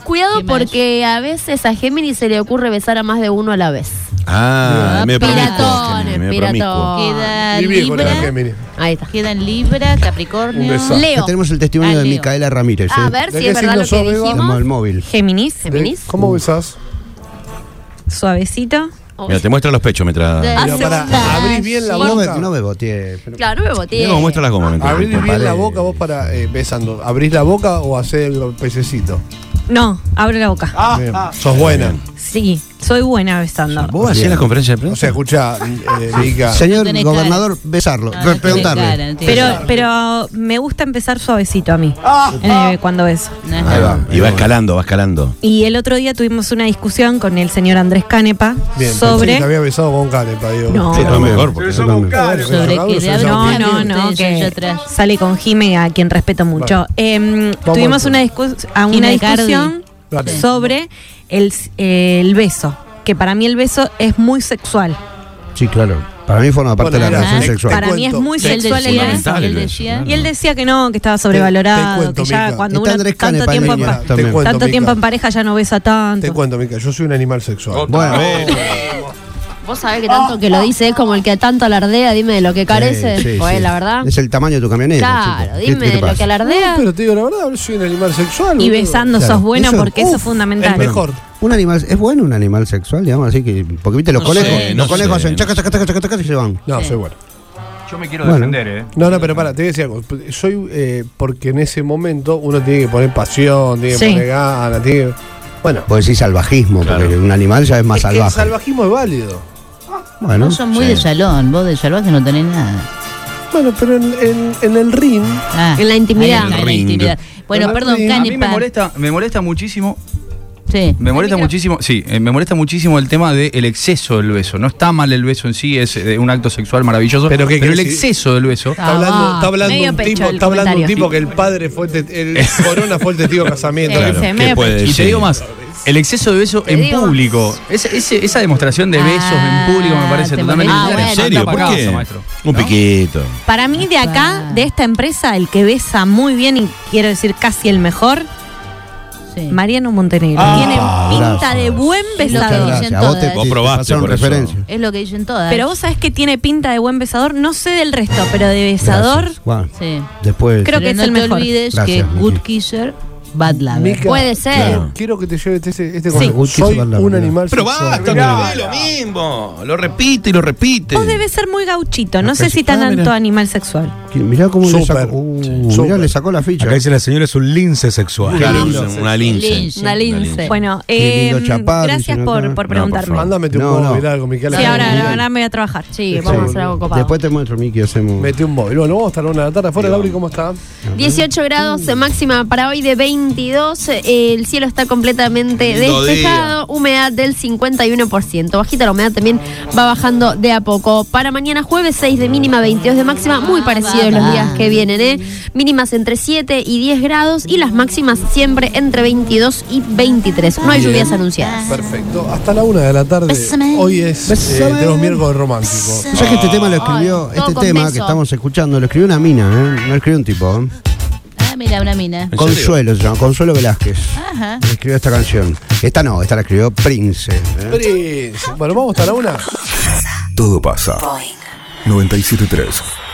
S7: cuidado porque a veces a Géminis se le ocurre besar a más de uno a la vez.
S3: Ah, me
S7: Piratones, piratones.
S5: Queda
S4: Mi viejo era
S5: Libra.
S4: Géminis.
S7: Ahí está.
S5: Queda en Libra,
S6: Un
S5: Capricornio.
S6: desastre.
S7: Leo.
S6: Tenemos el testimonio
S5: Ah,
S6: de
S5: Leo.
S6: Micaela Ramírez.
S7: A
S6: eh.
S7: ver
S4: ¿De
S7: si
S4: qué
S7: es verdad
S4: signo
S7: lo
S4: sos,
S7: que
S4: Beba? ¿eh?
S6: Tenemos
S7: dijimos.
S6: el móvil.
S15: Géminis,
S7: Géminis.
S4: ¿Cómo besás?
S15: suavecito.
S3: Mira, te muestra los pechos mientras.
S7: De-
S4: Pero
S7: Hace
S4: pará,
S7: un flash.
S4: abrís bien la
S6: No me,
S4: boca.
S6: no me boteé, pero-
S7: Claro, no me boté.
S3: Mira cómo muestra las gomas mientras.
S4: Abrís bien
S3: Vale.
S4: la boca vos para eh, besando. ¿Abrís la boca o hacés el pececito? Ah.
S15: No, abro la boca.
S4: Bien. Sos buena.
S15: Sí, soy buena besando.
S3: ¿Vos hacías la conferencia de
S4: O
S3: prensa?
S4: sea, escuchá, eh, Mica.
S6: Señor
S5: No tenés
S6: gobernador, besarlo.
S5: No, no tiene
S6: preguntarle.
S5: cara, no tiene
S15: Pero,
S5: cara.
S15: pero me gusta empezar suavecito a mí
S4: Ah,
S15: eh, cuando beso.
S5: No es
S3: Ahí
S5: nada.
S3: va. Y va escalando, va escalando.
S15: Y el otro día tuvimos una discusión con el señor Andrés Canepa
S4: Bien, pensé que
S15: sobre.
S4: te había besado con Canepa, digo.
S15: No.
S3: Sí,
S6: Yo
S3: lo mejor.
S6: también.
S3: porque-
S6: Yo también.
S5: Sobre que de
S4: No,
S15: No,
S5: hablan
S15: no,
S5: ustedes,
S15: no,
S5: yo
S15: que
S5: atrás.
S15: sale con Jime, a quien respeto mucho. Eh,
S4: Vamos
S15: tuvimos
S4: al
S15: una, discus- a una
S5: Jime Cardi.
S15: discusión
S4: Dale.
S15: sobre el, eh, el beso, que para mí el beso es muy sexual.
S6: Sí, claro. Para mí forma parte
S4: Bueno,
S6: de la
S4: mirá,
S6: relación
S4: te-
S6: sexual.
S15: Para mí es
S4: cuento.
S15: muy
S5: Y él
S15: sexual el beso.
S5: decía eso, y él
S3: Fundamental el
S5: decía-
S3: beso,
S15: Y él decía que no, que estaba sobrevalorado,
S4: Te- te cuento,
S15: que ya
S4: Mica.
S15: cuando
S6: Está
S15: uno
S6: Andrés
S15: tanto,
S6: Canepa,
S15: tiempo en,
S6: Mica.
S15: pa-
S4: Te
S6: También.
S4: cuento,
S15: tanto tiempo
S4: Mica.
S15: en pareja ya no besa
S4: Te
S15: tanto.
S4: cuento, Mica, yo soy un animal sexual.
S6: Bueno, eh,
S7: Vos sabés que tanto que lo dice es como el que tanto alardea, dime de lo que carece.
S6: sí,
S7: pues
S6: sí.
S7: la verdad.
S6: Es el tamaño de tu camioneta.
S7: Claro,
S6: chico. ¿Qué-
S7: dime
S6: qué te
S7: de lo
S6: pasa?
S7: que alardea.
S4: Pero te digo la verdad, yo soy un animal sexual.
S15: Y
S4: boludo.
S15: besando
S6: Claro.
S15: sos bueno
S6: Eso-
S15: porque eso
S6: Uf,
S15: es fundamental.
S4: el mejor.
S6: Un animal, es bueno un animal sexual, digamos así que. Porque viste los
S3: No
S6: conejos,
S3: sé,
S6: los
S3: no
S6: conejos
S3: sé.
S6: hacen chaca, chaca, chaca, chaca, chaca y se van.
S4: No, soy bueno.
S16: Yo me quiero
S6: Bueno.
S16: defender, ¿eh?
S4: No, no, pero para, te voy a decir algo. Soy eh, porque en ese momento uno tiene que poner pasión, tiene que
S15: Sí.
S4: poner ganas, tiene que. Bueno,
S6: Puedes decir pues salvajismo, porque un animal ya es más
S4: es que el
S6: salvaje.
S4: salvajismo es válido.
S6: bueno,
S5: Vos sos muy de salón, vos de salvaje no tenés nada.
S4: Bueno, pero en, en- en el ring.
S5: Ah,
S7: En la intimidad.
S5: ahí en la
S3: En el ring.
S5: intimidad. Bueno,
S4: En el
S5: perdón,
S4: ring.
S5: Canepa.
S16: A mí me molesta, me molesta muchísimo.
S5: Sí.
S16: Me molesta muchísimo, sí, eh, me molesta muchísimo el tema del exceso del beso. No está mal el beso en sí, es eh, un acto sexual maravilloso.
S4: Pero
S16: Pero,
S4: ¿qué
S16: el
S4: querés decir?
S16: exceso del beso.
S4: Está hablando, está hablando
S5: medio
S4: un
S5: pecho
S4: tipo,
S5: el
S4: está hablando un
S5: comentario.
S4: tipo que el padre fue el, te-
S16: [laughs]
S4: el corona fue el testigo de casamiento.
S5: Claro.
S4: Que-
S5: Se me-
S3: ¿Qué puede
S16: Y
S3: decir?
S16: te digo más, el exceso de beso
S7: Te
S16: en
S7: digo-
S16: público, ese- ese- esa demostración de besos
S5: Ah,
S16: en público me parece
S5: te
S16: totalmente
S7: molesta. Ah,
S16: necesaria.
S3: ¿En
S7: bueno,
S3: serio?
S16: Anda
S3: ¿Por
S16: pa'
S3: qué?
S16: casa, maestro.
S3: Un
S16: ¿No?
S3: piquito.
S15: Para mí de acá,
S5: Ah.
S15: de esta empresa, el que besa muy bien y quiero decir casi el mejor,
S5: Sí.
S15: Mariano Montenegro.
S7: Tiene
S6: gracias.
S7: pinta de buen
S6: Muchas
S7: besador.
S6: gracias. A vos te,
S7: Vos
S6: te
S3: probaste
S6: pasaron
S3: por eso.
S6: referencia.
S5: Es lo que dicen todas.
S15: Pero vos sabés que tiene pinta de buen besador, no sé del resto, pero de besador,
S6: Gracias. Bueno,
S5: Sí.
S6: después.
S15: Creo- que
S5: Pero
S15: es
S5: no
S15: el
S5: te
S15: mejor.
S5: olvides
S6: Gracias,
S5: que Good
S6: Miki.
S5: Kisser, Bad Lover.
S4: Mica,
S7: Puede ser.
S4: Quiero, quiero que te lleves este, este
S6: Sí.
S4: consejo.
S6: Uy, quiso
S4: Soy
S6: hablar la
S4: un
S6: verdad.
S4: animal
S3: Pero
S4: sexual.
S3: basta,
S4: Mirá.
S3: me lo mismo. Lo repite y lo repite.
S15: vos debes ser muy gauchito, no
S6: Acá
S15: sé
S6: sí.
S15: si tan
S6: Ah, mirá.
S15: alto animal sexual.
S6: Mirá cómo le
S4: Súper.
S6: sacó. Uh, mirá,
S4: Súper.
S6: le sacó la ficha.
S7: Em,
S2: Acá dice la señora es un lince sexual.
S3: Claro, una lince.
S5: Lince.
S7: Una lince.
S15: Bueno,
S6: Qué lindo
S15: eh,
S6: chapado,
S15: gracias
S6: dicen
S15: por,
S6: acá.
S15: por
S3: No,
S15: preguntarme.
S3: por favor.
S4: Mándame un
S6: No,
S4: poco
S6: no.
S4: viral con Micaela.
S15: sí, ahora,
S6: Mirá.
S15: ahora me voy a trabajar.
S7: Sí, vamos a hacer algo copado.
S6: Después te muestro, Miki, hacemos.
S4: Metí un móvil. Bueno, vamos a estar una de la tarde afuera, Lauri, ¿cómo está?
S7: 18 grados eh, máxima para hoy de 22. eh, El cielo está completamente
S3: Lindo
S7: despejado. Humedad del 51%. Bajita la humedad también va bajando de a poco. Para mañana jueves 6 de mínima, 22 de máxima. Muy
S5: Ah,
S7: parecido
S5: va,
S7: a los
S5: va.
S7: días que vienen. ¿eh? Mínimas entre 7 y 10 grados y las máximas siempre entre 22 y 23. No hay
S4: Bien.
S7: lluvias anunciadas.
S4: Perfecto. Hasta la una de la tarde.
S5: Bésame.
S4: Hoy es eh, de los miércoles románticos.
S6: Tú sabes que este tema lo escribió,
S7: Ay, todo
S6: este
S7: con
S6: tema
S7: beso.
S6: que estamos escuchando, lo escribió una mina, ¿eh? no lo escribió un tipo. ¿eh?
S5: Ah, mira, una mina.
S3: serio?
S6: Consuelo se llama, Consuelo Velázquez.
S7: Ah.
S5: Ajá.
S6: Escribió esta canción. Esta no, esta la escribió Prince. ¿eh?
S4: Prince. Bueno, vamos hasta la una.
S1: Todo pasa. 973.